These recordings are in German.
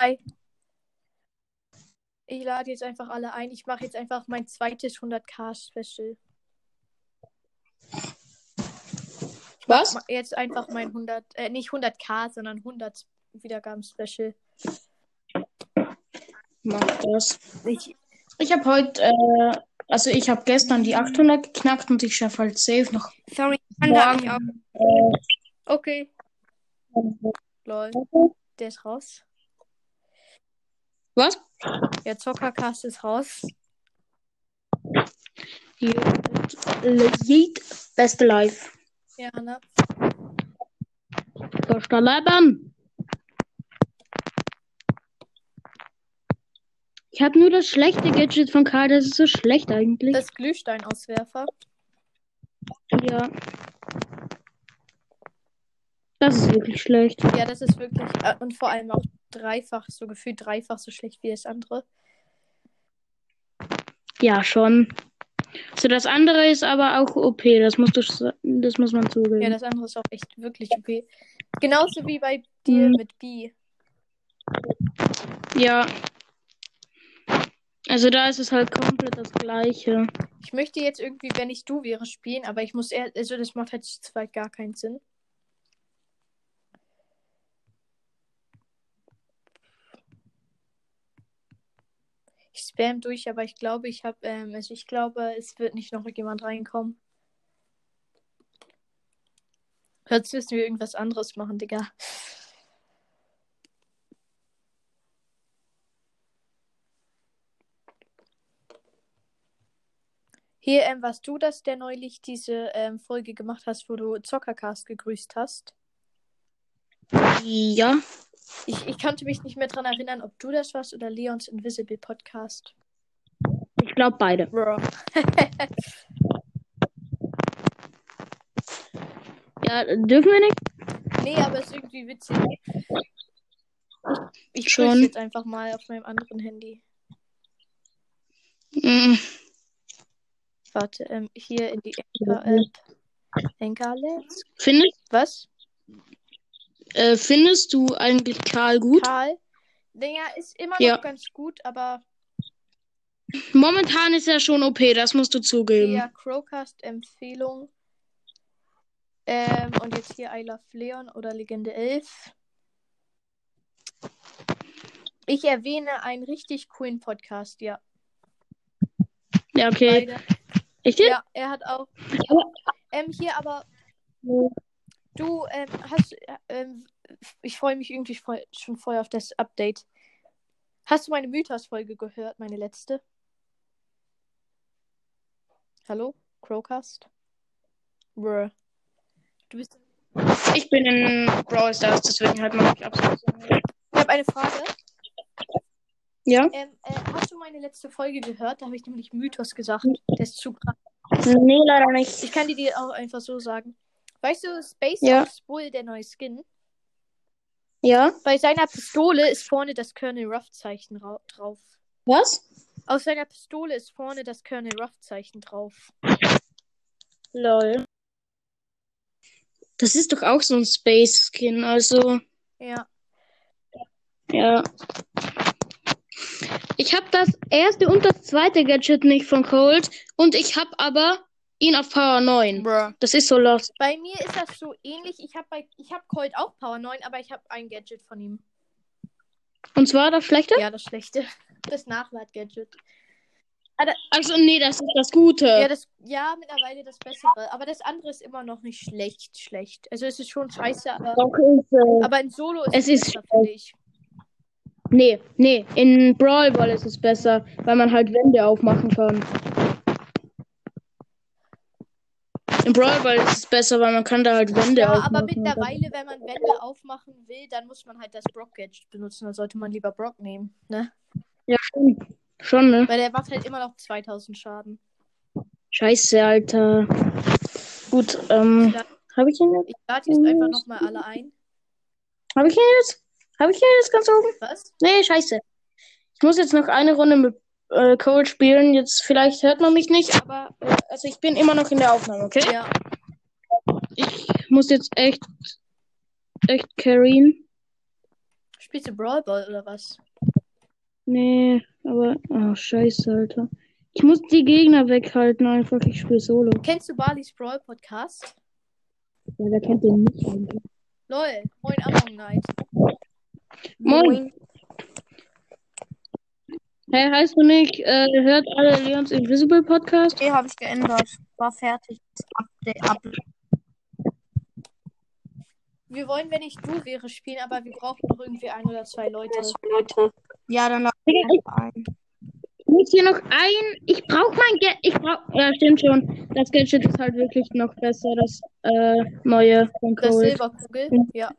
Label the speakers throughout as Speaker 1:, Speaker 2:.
Speaker 1: Hi. Ich lade jetzt einfach alle ein. Ich mache jetzt einfach mein zweites 100k-Special.
Speaker 2: Was?
Speaker 1: Jetzt einfach mein 100, äh, nicht 100k, sondern 100 Wiedergaben-Special.
Speaker 2: Mach das.
Speaker 1: Ich,
Speaker 2: Ich habe heute, äh, also ich habe gestern die 800 geknackt und ich schaffe halt safe noch. äh,
Speaker 3: Sorry, ich kann da
Speaker 2: Morgen.
Speaker 3: nicht auf.
Speaker 1: okay, lol. Der ist raus.
Speaker 2: Was?
Speaker 1: Der Zockercast ist raus.
Speaker 2: Legit beste Life.
Speaker 1: Ja, ne?
Speaker 2: Beste Leben. Ich habe nur das schlechte Gadget von Karl, das ist so schlecht eigentlich.
Speaker 1: Das Glühsteinauswerfer.
Speaker 2: ja. Das ist wirklich schlecht.
Speaker 1: Ja, das ist wirklich. Äh, und vor allem auch dreifach, so gefühlt dreifach so schlecht wie das andere.
Speaker 2: Ja, schon. So, das andere ist aber auch OP, das musst du, s- das muss man zugeben.
Speaker 1: Ja, das andere ist auch echt wirklich okay. Genauso wie bei dir
Speaker 2: Mhm.
Speaker 1: mit B.
Speaker 2: Ja. Also da ist es halt komplett das gleiche.
Speaker 1: Ich möchte jetzt irgendwie, wenn ich du wäre, spielen, aber ich muss eher, also das macht halt zu zweit gar keinen Sinn. Ich spam durch, aber ich glaube, ich habe, ähm, also ich glaube, es wird nicht noch jemand reinkommen. Jetzt müssen wir irgendwas anderes machen, Digga. Hier, ähm, warst du das, der neulich diese ähm, Folge gemacht hast, wo du Zockercast gegrüßt hast?
Speaker 2: Ja.
Speaker 1: Ich, ich konnte mich nicht mehr dran erinnern, ob du das warst oder Leons Invisible Podcast.
Speaker 2: Ich glaube beide.
Speaker 1: Bro.
Speaker 2: Ja, dürfen wir nicht?
Speaker 1: Nee, aber ist irgendwie witzig. Ich
Speaker 2: Schon.
Speaker 1: grüße jetzt einfach mal auf meinem anderen Handy.
Speaker 2: Mm,
Speaker 1: Warte, ähm, hier in die Anchor-App. Anchor, let's.
Speaker 2: äh. Findest,
Speaker 1: Was?
Speaker 2: äh, findest du eigentlich Karl gut?
Speaker 1: Karl? Dinger ist immer noch
Speaker 2: Ja.
Speaker 1: ganz gut, aber
Speaker 2: Momentan ist er schon OP, das musst du zugeben.
Speaker 1: eher Crowcast-Empfehlung. Ähm, und jetzt hier I Love Leon oder Legende 11. Ich erwähne einen richtig coolen Podcast, ja.
Speaker 2: Ja, okay.
Speaker 1: Beide.
Speaker 2: Echt jetzt?
Speaker 1: Ja, er hat auch.
Speaker 2: Aber-
Speaker 1: Ähm, hier, aber du ähm, hast. äh, Ähm, ich freue mich irgendwie voll, schon voll auf das Update. Hast du meine Mythos-Folge gehört, meine letzte? Hallo? Crowcast? Bruh. Du bist.
Speaker 2: Ich bin in Brawl Stars, deswegen halt mal ich absolut.
Speaker 1: Ich habe eine Frage.
Speaker 2: Ja?
Speaker 1: Ähm, äh, hast du meine letzte Folge gehört? Da habe ich nämlich Mythos gesagt. Der ist zu krass.
Speaker 2: Nee, leider nicht.
Speaker 1: Ich kann dir die auch einfach so sagen. Weißt du, Space
Speaker 2: Ja.
Speaker 1: Ops Bull, der neue Skin?
Speaker 2: Ja?
Speaker 1: Bei seiner Pistole ist vorne das Colonel Ruff-Zeichen ra- drauf.
Speaker 2: Was?
Speaker 1: Auf seiner Pistole ist vorne das Colonel Ruff-Zeichen drauf.
Speaker 2: Lol. Das ist doch auch so ein Space Skin, also.
Speaker 1: Ja.
Speaker 2: Ja. Ich habe das erste und das zweite Gadget nicht von Cold und ich habe aber ihn auf Power 9.
Speaker 1: Bruh.
Speaker 2: Das ist so lost.
Speaker 1: Bei mir ist das so ähnlich. Ich habe bei ich habe Colt auch Power 9, aber ich habe ein Gadget von ihm.
Speaker 2: Und zwar das schlechte?
Speaker 1: Ja, das schlechte. Das Nachlad-Gadget.
Speaker 2: Also nee, das ist das gute.
Speaker 1: Ja, das ja mittlerweile das bessere, aber das andere ist immer noch nicht schlecht schlecht. Also es ist schon scheiße, aber aber in Solo ist
Speaker 2: Es ist
Speaker 1: besser, finde ich.
Speaker 2: nee, nee, in Brawl Ball ist es besser, weil man halt Wände aufmachen kann. In Brawl Ball ist es besser, weil man kann da halt Wände
Speaker 1: Ja,
Speaker 2: aufmachen.
Speaker 1: aber mittlerweile, wenn man Wände aufmachen will, dann muss man halt das Brock-Gadget benutzen. Dann sollte man lieber Brock nehmen, ne?
Speaker 2: Ja, stimmt. Schon, ne?
Speaker 1: Weil der macht halt immer noch 2000 Schaden.
Speaker 2: Scheiße, Alter. Gut, ähm,
Speaker 1: Ja.
Speaker 2: habe ich ihn jetzt?
Speaker 1: Ich lade jetzt
Speaker 2: Äh.
Speaker 1: einfach nochmal alle ein.
Speaker 2: Habe ich ihn jetzt? Habe ich ihn jetzt ganz oben?
Speaker 1: Was?
Speaker 2: Nee, scheiße. Ich muss jetzt noch eine Runde mit äh, Cole spielen. Jetzt vielleicht hört man mich nicht, aber äh, also ich bin immer noch in der Aufnahme, okay?
Speaker 1: Ja.
Speaker 2: Ich muss jetzt echt echt carryen.
Speaker 1: Spielst du Brawl Ball oder was?
Speaker 2: Nee, aber. Oh, scheiße, Alter. Ich muss die Gegner weghalten einfach. Ich spiele solo.
Speaker 1: Kennst du Barley's Brawl Podcast?
Speaker 2: Ja, wer kennt den nicht eigentlich?
Speaker 1: Lol, moin Among Night.
Speaker 2: Moin. Hey, heißt du nicht, äh, hört alle Leons Invisible Podcast?
Speaker 3: Die habe ich geändert. War fertig. Das Update. Up
Speaker 1: Wir wollen, wenn ich du wäre, spielen, aber wir brauchen noch irgendwie ein oder zwei Leute.
Speaker 3: Leute. Ja, dann lass
Speaker 2: Digga, ich
Speaker 3: einfach ein.
Speaker 2: muss hier noch ein. Ich brauche mein Geld. Ich brauche. Ja, stimmt schon. Das Gadget ist halt wirklich noch besser. Das äh, neue von
Speaker 1: Das
Speaker 2: Cold.
Speaker 1: Silberkugel? Ja.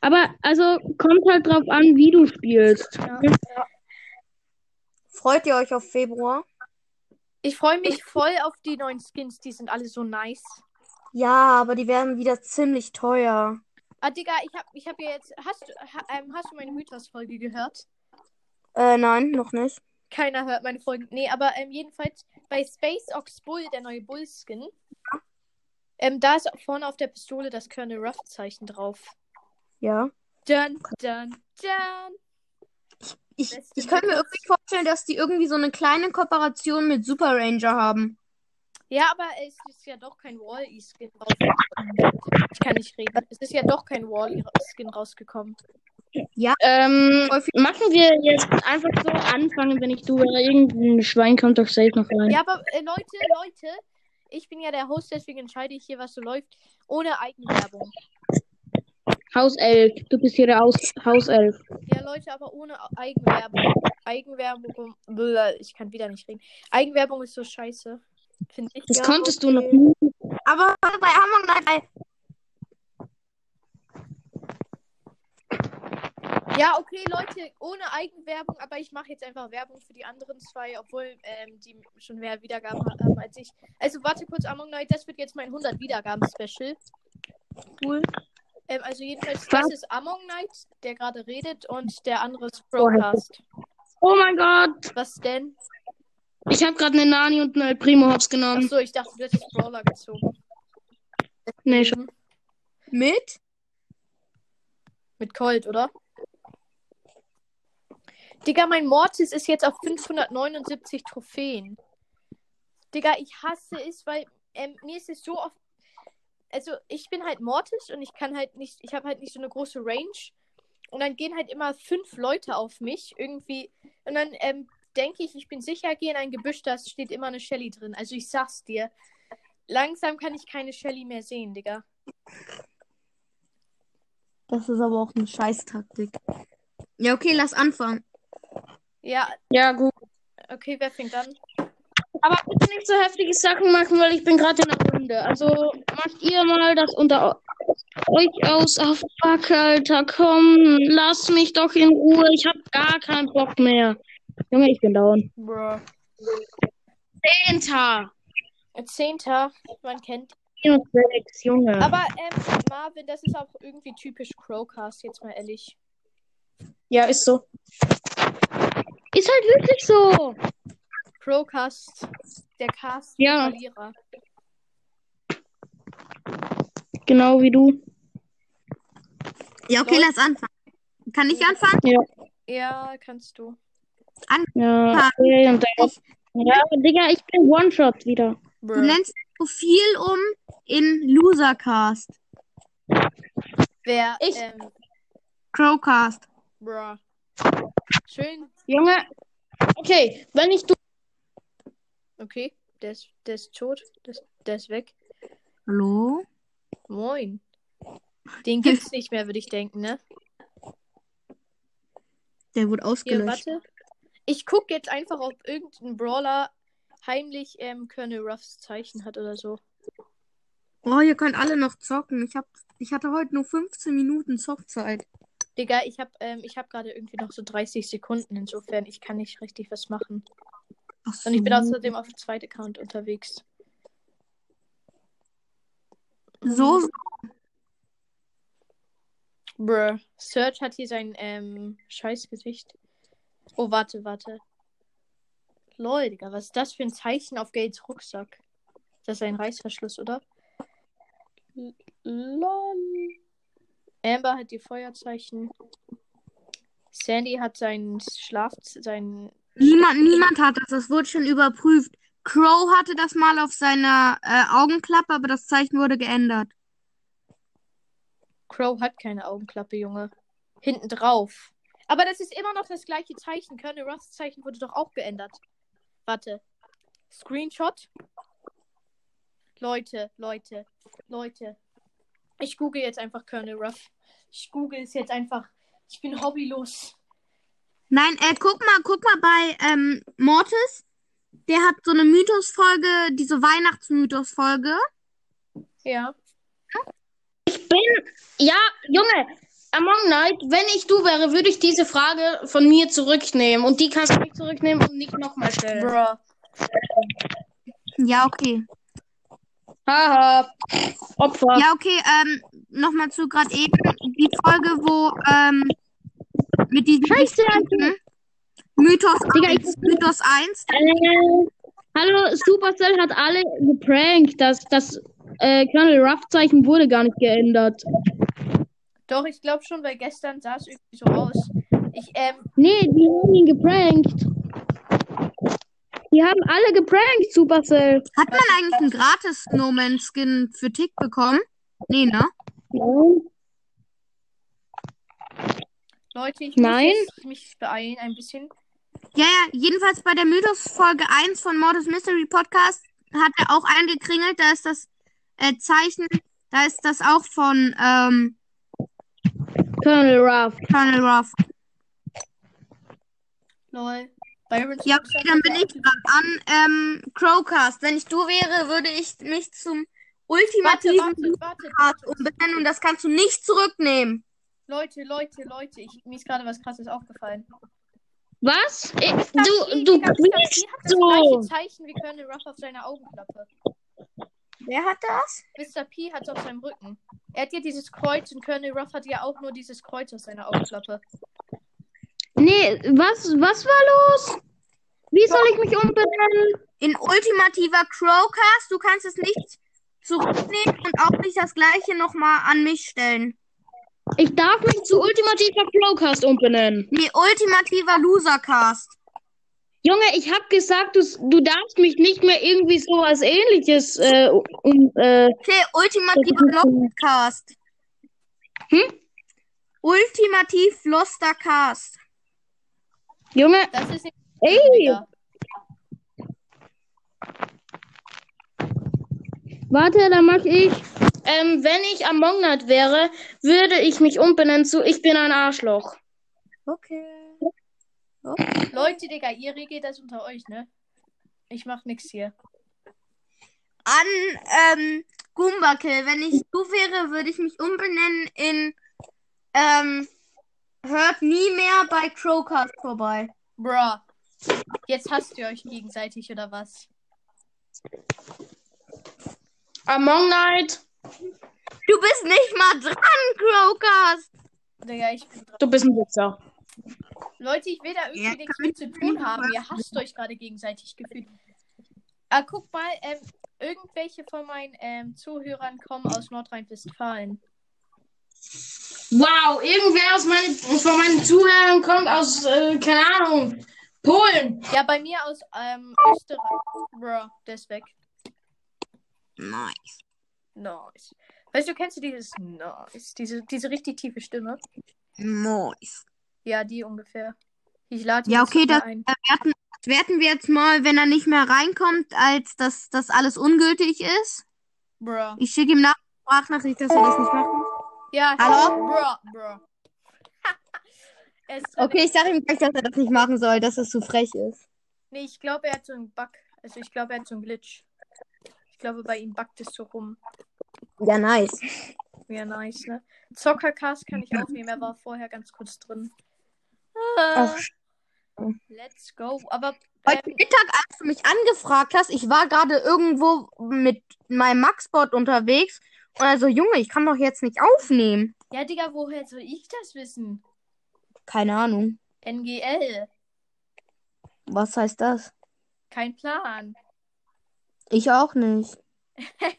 Speaker 2: Aber also kommt halt drauf an, wie du spielst.
Speaker 1: ja.
Speaker 3: Freut ihr euch auf Februar?
Speaker 1: Ich freue mich voll auf die neuen Skins, die sind alle so nice.
Speaker 3: Ja, aber die werden wieder ziemlich teuer.
Speaker 1: Ah, Digga, ich hab, ich hab ja jetzt. Hast, du- ha, ähm, hast du meine Mythos-Folge gehört?
Speaker 3: Äh, nein, noch nicht.
Speaker 1: Keiner hört meine Folgen. Nee, aber ähm, jedenfalls bei Space Ox Bull, der neue Bull-Skin, ähm, da ist vorne auf der Pistole das Colonel Ruff-Zeichen drauf.
Speaker 3: Ja.
Speaker 1: Dun, dun, dun.
Speaker 3: Ich,
Speaker 1: Beste
Speaker 3: ich kann mir
Speaker 1: Mythos.
Speaker 3: irgendwie vorstellen, dass die irgendwie so eine kleine Kooperation mit Super Ranger haben.
Speaker 1: Ja, aber es ist ja doch kein Wall-E-Skin rausgekommen. Ich kann nicht reden. Es ist ja doch kein Wall-E-Skin rausgekommen.
Speaker 2: Ähm,
Speaker 3: Voll viel-
Speaker 2: machen wir jetzt einfach so anfangen, wenn ich du wäre. Irgendein Schwein kommt doch safe noch rein.
Speaker 1: Ja, aber äh, Leute, Leute, ich bin ja der Host, deswegen entscheide ich hier, was so läuft, ohne Eigenwerbung.
Speaker 2: Hauself. Du bist hier der Aus Hauself.
Speaker 1: Ja, Leute, aber ohne Au- Eigenwerbung. Eigenwerbung, Blah, ich kann wieder nicht reden. Eigenwerbung ist so scheiße, finde ich.
Speaker 2: Das
Speaker 3: Ja,
Speaker 2: konntest du noch
Speaker 3: okay.
Speaker 2: nie.
Speaker 3: Aber bei Among Knight, bei-
Speaker 1: Ja, okay, Leute, ohne Eigenwerbung, aber ich mache jetzt einfach Werbung für die anderen zwei, obwohl ähm, die schon mehr Wiedergaben haben als ich. Also warte kurz, Among Night, das wird jetzt mein 100 Wiedergaben-Special. Cool. Ähm, also jedenfalls, das
Speaker 2: Was?
Speaker 1: ist Among Night, der gerade redet, und der andere ist Broadcast.
Speaker 2: Oh mein Gott!
Speaker 1: Was denn?
Speaker 2: Ich habe gerade eine Nani und eine Primo Hops genommen.
Speaker 1: Achso, ich dachte, du hättest Brawler gezogen.
Speaker 2: Nee, schon.
Speaker 3: mit?
Speaker 1: Mit Colt, oder? Digga, mein Mortis ist jetzt auf 579 Trophäen. Digga, ich hasse es, weil ähm, mir ist es so oft. Also, ich bin halt Mortis und ich kann halt nicht. Ich habe halt nicht so eine große Range. Und dann gehen halt immer fünf Leute auf mich irgendwie. Und dann ähm, denke ich, ich bin sicher, gehe in ein Gebüsch, da steht immer eine Shelly drin. Also, ich sag's dir. Langsam kann ich keine Shelly mehr sehen, Digga.
Speaker 3: Das ist aber auch eine Scheißtaktik. Ja, okay, lass anfangen.
Speaker 1: Ja,
Speaker 2: Ja, gut.
Speaker 1: okay, wer fängt an?
Speaker 2: Aber bitte nicht so heftige Sachen machen, weil ich bin gerade in der Runde. Also macht ihr mal das unter euch aus. Ach, fuck, Alter, komm, lass mich doch in Ruhe. Ich hab gar keinen Bock mehr. Junge, ich bin down.
Speaker 1: Bruh.
Speaker 2: Enter.
Speaker 1: Zehnter, man kennt.
Speaker 2: 6, Junge.
Speaker 1: Aber ähm, Marvin, das ist auch irgendwie typisch Crowcast, jetzt mal ehrlich.
Speaker 2: ja, ist so. Ist halt wirklich so.
Speaker 1: Crowcast, der Cast
Speaker 2: Ja.
Speaker 1: Verlierer.
Speaker 2: Genau wie du.
Speaker 3: Ja, okay, lass anfangen. Kann ich anfangen?
Speaker 1: Ja, kannst du.
Speaker 2: Ja, okay, und dann, ja Digga, ich bin One-Shot wieder.
Speaker 3: Du nennst dein Profil um in Losercast.
Speaker 1: Wer?
Speaker 2: Ich-
Speaker 1: Ähm,
Speaker 3: Crowcast.
Speaker 1: bruh. Schön.
Speaker 2: Junge. Okay, wenn ich du.
Speaker 1: Okay, der ist, der ist tot. Der ist, der ist weg.
Speaker 3: Hallo?
Speaker 1: Moin. Den gibt's nicht mehr, würde ich denken, ne?
Speaker 3: Der wurde
Speaker 1: Hier,
Speaker 3: ausgelöscht.
Speaker 1: warte. Ich guck jetzt einfach, ob irgendein Brawler heimlich ähm, Colonel Ruffs Zeichen hat oder so.
Speaker 3: Oh, ihr könnt alle noch zocken. Ich, hab, ich hatte heute nur 15 Minuten Zockzeit.
Speaker 1: Digga, ich hab, ähm, ich hab gerade irgendwie noch so 30 Sekunden, insofern ich kann nicht richtig was machen.
Speaker 3: Ach
Speaker 1: Und ich bin
Speaker 3: so.
Speaker 1: außerdem auf dem zweiten Account unterwegs.
Speaker 3: So,
Speaker 1: Bruh. Search hat hier sein, ähm, Scheißgesicht. Oh, warte, warte. Lol, Digga, was ist das für ein Zeichen auf Gates Rucksack? Das ist ein Reißverschluss, oder? L- Lol. Amber hat die Feuerzeichen. Sandy hat seinen Schlaf, seinen
Speaker 3: Niemand, niemand hat das. Das wurde schon überprüft. Crow hatte das mal auf seiner äh, Augenklappe, aber das Zeichen wurde geändert.
Speaker 1: Crow hat keine Augenklappe, Junge. Hinten drauf. Aber das ist immer noch das gleiche Zeichen. Colonel Ruffs Zeichen wurde doch auch geändert. Warte. Screenshot. Leute, Leute, Leute. Ich google jetzt einfach Colonel Ruff. Ich google es jetzt einfach. Ich bin hobbylos.
Speaker 3: Nein, äh, guck mal, guck mal bei ähm, Mortis. Der hat so eine Mythosfolge, diese Weihnachtsmythosfolge.
Speaker 1: Ja.
Speaker 2: Ja, Junge, Among Night, wenn ich du wäre, würde ich diese Frage von mir zurücknehmen. Und die kannst du nicht zurücknehmen und nicht nochmal stellen.
Speaker 1: Bruh.
Speaker 3: Ja, okay.
Speaker 2: Haha. Opfer.
Speaker 3: Ja, okay, ähm, nochmal zu gerade eben die Folge, wo ähm, mit diesem
Speaker 2: Scheiße,
Speaker 3: Hm? Mythos
Speaker 2: Digga,
Speaker 3: 1, Mythos 1,
Speaker 2: Äh, hallo, Supercell hat alle geprankt. Das, das äh, Colonel Ruff-Zeichen wurde gar nicht geändert.
Speaker 1: Doch, ich glaube schon, weil gestern sah es irgendwie so aus. Ich, ähm,
Speaker 2: Nee, die haben ihn geprankt. Die haben alle geprankt, Supercell.
Speaker 3: hat man eigentlich einen gratis Snowman Skin für Tick bekommen? Nee, ne?
Speaker 1: Leute, ich
Speaker 2: Nein.
Speaker 1: muss jetzt mich beeilen ein bisschen.
Speaker 3: Ja, ja, jedenfalls bei der Mythos-Folge 1 von Mortis Mystery Podcast hat er auch eingekringelt. Da ist das äh, Zeichen, da ist das auch von ähm,
Speaker 2: Colonel Ruff.
Speaker 3: Colonel Ruff.
Speaker 1: Lol. Byron
Speaker 3: Ja, okay, dann bin ich dran an ähm, Crowcast. Wenn ich du wäre, würde ich mich zum
Speaker 1: Warte,
Speaker 3: ultimativen
Speaker 1: warte, warte,
Speaker 3: Crowcast umbenennen und das kannst du nicht zurücknehmen.
Speaker 1: Leute, Leute, Leute, ich, mir ist gerade was krasses aufgefallen.
Speaker 2: Was? Ich,
Speaker 1: Stachi,
Speaker 2: du, du
Speaker 1: Digga, Stachi
Speaker 2: quietschst
Speaker 1: hat das
Speaker 2: so.
Speaker 1: gleiche Zeichen wie Colonel Ruff auf seiner Augenklappe.
Speaker 3: Wer hat das?
Speaker 1: Mr. P hat es auf seinem Rücken. Er hat ja dieses Kreuz und Colonel Ruff hat ja auch nur dieses Kreuz auf seiner Augenklappe.
Speaker 2: Nee, was, was war los? Wie soll ich mich umbenennen?
Speaker 3: In ultimativer Crowcast, du kannst es nicht zurücknehmen und auch nicht das gleiche nochmal an mich stellen.
Speaker 2: Ich darf mich zu ultimativer Flowcast umbenennen.
Speaker 3: Nee, ultimativer Losercast.
Speaker 2: Junge, ich hab gesagt, du, du darfst mich nicht mehr irgendwie sowas ähnliches äh, um. Äh,
Speaker 3: Okay, ultimativer Lostercast.
Speaker 2: Hm?
Speaker 3: Ultimativ Lostercast.
Speaker 2: Junge,
Speaker 1: Das ist nicht.
Speaker 2: ey!
Speaker 1: Digga.
Speaker 2: Warte, dann mach ich. Ähm, wenn ich Among Night wäre, würde ich mich umbenennen zu Ich bin ein Arschloch.
Speaker 3: Okay.
Speaker 1: Leute, Digga, ihr regelt das unter euch, ne? Ich mach nix hier.
Speaker 3: An ähm, Goombakill. Wenn ich du wäre, würde ich mich umbenennen in ähm, Hört nie mehr bei Crowcast vorbei.
Speaker 1: Bruh. Jetzt hasst ihr euch gegenseitig oder was?
Speaker 2: Among Night,
Speaker 3: Du bist nicht mal dran, Crowcast.
Speaker 1: Digga, ich bin dran.
Speaker 2: du bist ein Wichser.
Speaker 1: Leute, ich will da irgendwie
Speaker 3: Ja,
Speaker 1: nichts
Speaker 3: kann
Speaker 1: mit zu tun haben. Ihr hasst euch gerade gegenseitig gefühlt. Ah, guck mal, ähm, irgendwelche von meinen ähm, Zuhörern kommen aus Nordrhein-Westfalen.
Speaker 2: Wow, irgendwer aus meinen, von meinen Zuhörern kommt aus, äh, keine Ahnung, Polen.
Speaker 1: Ja, bei mir aus ähm, Österreich. Bruh, der ist weg.
Speaker 3: Nein.
Speaker 1: Nice. Weißt du, kennst du dieses Nice? Diese, diese richtig tiefe Stimme?
Speaker 3: Nice.
Speaker 1: Ja, die ungefähr. Ich lade
Speaker 3: Ja,
Speaker 1: jetzt
Speaker 3: okay,
Speaker 1: noch mal
Speaker 3: das-
Speaker 1: ein.
Speaker 3: Werten, werten wir jetzt mal, wenn er nicht mehr reinkommt, als dass das alles ungültig ist.
Speaker 1: Bruh.
Speaker 3: Ich schicke ihm nach Sprachnachricht, dass er das nicht macht.
Speaker 1: Ja,
Speaker 3: Hallo?
Speaker 1: Bruh, bruh. er ist drin.
Speaker 3: Okay, ich sage ihm gleich, dass er das nicht machen soll, dass es zu frech ist.
Speaker 1: Nee, ich glaube, er hat so einen Bug. Also ich glaube, er hat so einen Glitch. Ich glaube, bei ihm buggt es so rum.
Speaker 3: Ja, nice.
Speaker 1: Ja, nice, ne? Zockercast kann ich aufnehmen. Er war vorher ganz kurz drin.
Speaker 3: Ach,
Speaker 1: Ah,
Speaker 3: sch-
Speaker 1: let's go. Aber
Speaker 3: Heute
Speaker 1: ähm,
Speaker 3: Mittag, als du mich angefragt hast, ich war gerade irgendwo mit meinem Maxbot unterwegs. Und also, Junge, ich kann doch jetzt nicht aufnehmen.
Speaker 1: ja, Digga, woher soll ich das wissen?
Speaker 3: Keine Ahnung.
Speaker 1: NGL.
Speaker 3: Was heißt das?
Speaker 1: Kein Plan.
Speaker 3: Ich auch nicht.
Speaker 1: Hm.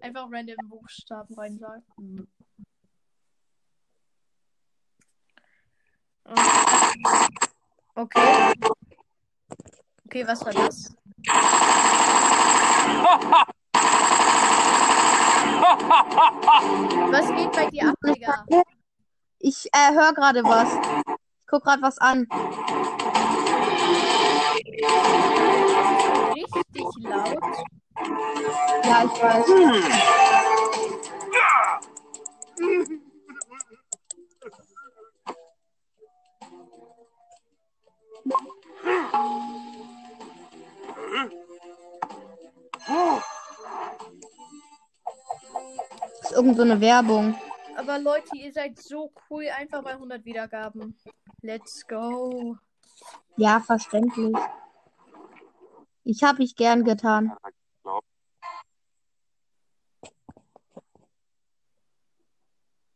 Speaker 1: Einfach random Buchstaben reinsagen. Okay. Okay, was war das? Was geht bei dir ab, Digga?
Speaker 3: Ich äh, höre gerade was. Ich guck gerade was an.
Speaker 1: Richtig laut.
Speaker 3: Ja, ich weiß. Das ist irgend so eine Werbung.
Speaker 1: Aber Leute, ihr seid so cool. Einfach bei 100 Wiedergaben. Let's go.
Speaker 3: Ja, verständlich. Ich habe ich gern getan.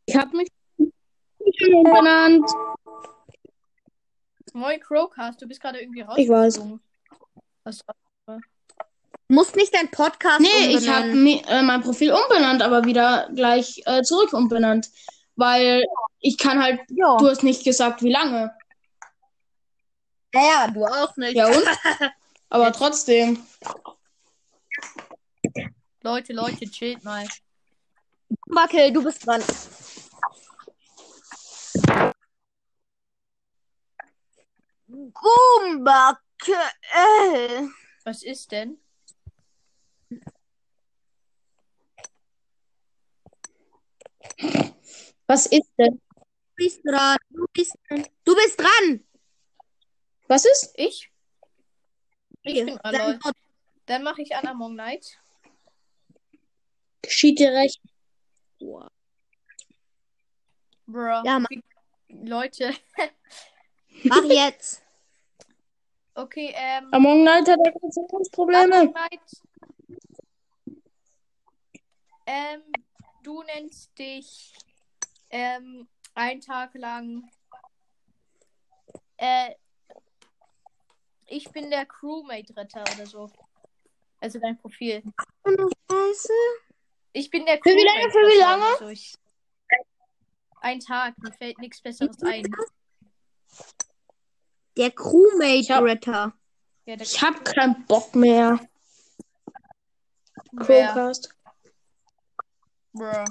Speaker 2: Ich habe mich genannt.
Speaker 1: Moin, Crowcast. Du bist gerade irgendwie raus.
Speaker 2: Ich weiß.
Speaker 1: Was
Speaker 3: Muss nicht dein Podcast.
Speaker 2: Nee, ich habe
Speaker 3: umbenennen.
Speaker 2: mi- äh, mein Profil umbenannt, aber wieder gleich äh, zurück umbenannt. Weil ich kann halt,
Speaker 3: Ja.
Speaker 2: du hast nicht gesagt, wie lange.
Speaker 3: Naja, du auch nicht.
Speaker 2: Ja und? aber trotzdem.
Speaker 1: Leute, Leute, chillt mal.
Speaker 3: Wackel, du bist dran. Gumbackel.
Speaker 1: Was ist denn?
Speaker 2: Was ist denn?
Speaker 3: Du bist dran. Du bist dran. Du bist dran.
Speaker 2: Was ist?
Speaker 1: Ich? Ich bin dran,
Speaker 3: Dein
Speaker 1: lol.
Speaker 3: Wort.
Speaker 1: Dann mache ich an Among Night.
Speaker 2: Geschieht dir recht.
Speaker 1: Bruh.
Speaker 3: Ja, mach,
Speaker 1: Leute.
Speaker 3: mach jetzt.
Speaker 1: Okay, ähm.
Speaker 2: Among Night hat Konzentrationsprobleme.
Speaker 1: Among Night. Ähm, du nennst dich ähm, einen Tag lang. Äh, ich bin der Crewmate-Retter oder so. Also dein Profil.
Speaker 3: Scheiße.
Speaker 1: Ich bin der
Speaker 2: Für wie lange, für wie
Speaker 1: Crewmate-Retter
Speaker 2: lange?
Speaker 1: oder so. Ich- Ein Tag, mir fällt nichts Besseres ein.
Speaker 3: Der Crewmate-Retter.
Speaker 1: Ja, der
Speaker 2: Ich hab keinen Bock mehr.
Speaker 1: Crewmate.
Speaker 2: Crowcast.
Speaker 1: Bruh.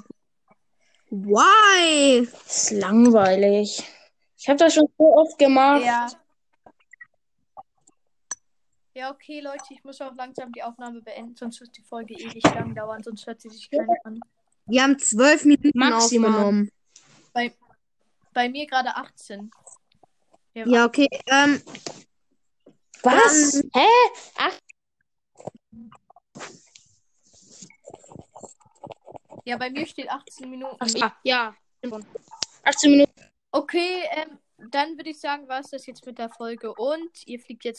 Speaker 3: Why?
Speaker 2: Ist langweilig. Ich hab das schon so oft gemacht.
Speaker 1: Ja. Ja, okay, Leute, ich muss auch langsam die Aufnahme beenden, sonst wird die Folge ewig lang dauern, sonst hört sie sich keiner an.
Speaker 3: Wir haben zwölf Minuten
Speaker 2: Maximal.
Speaker 3: aufgenommen.
Speaker 1: Bei mir gerade 18. Wir haben
Speaker 3: Ja, okay. Ähm,
Speaker 2: Was? Hä?
Speaker 1: Ja, bei mir steht 18 Minuten.
Speaker 2: Ach, ja, ja. 18 Minuten.
Speaker 1: Okay, ähm, dann würde ich sagen, war es das jetzt mit der Folge und ihr fliegt jetzt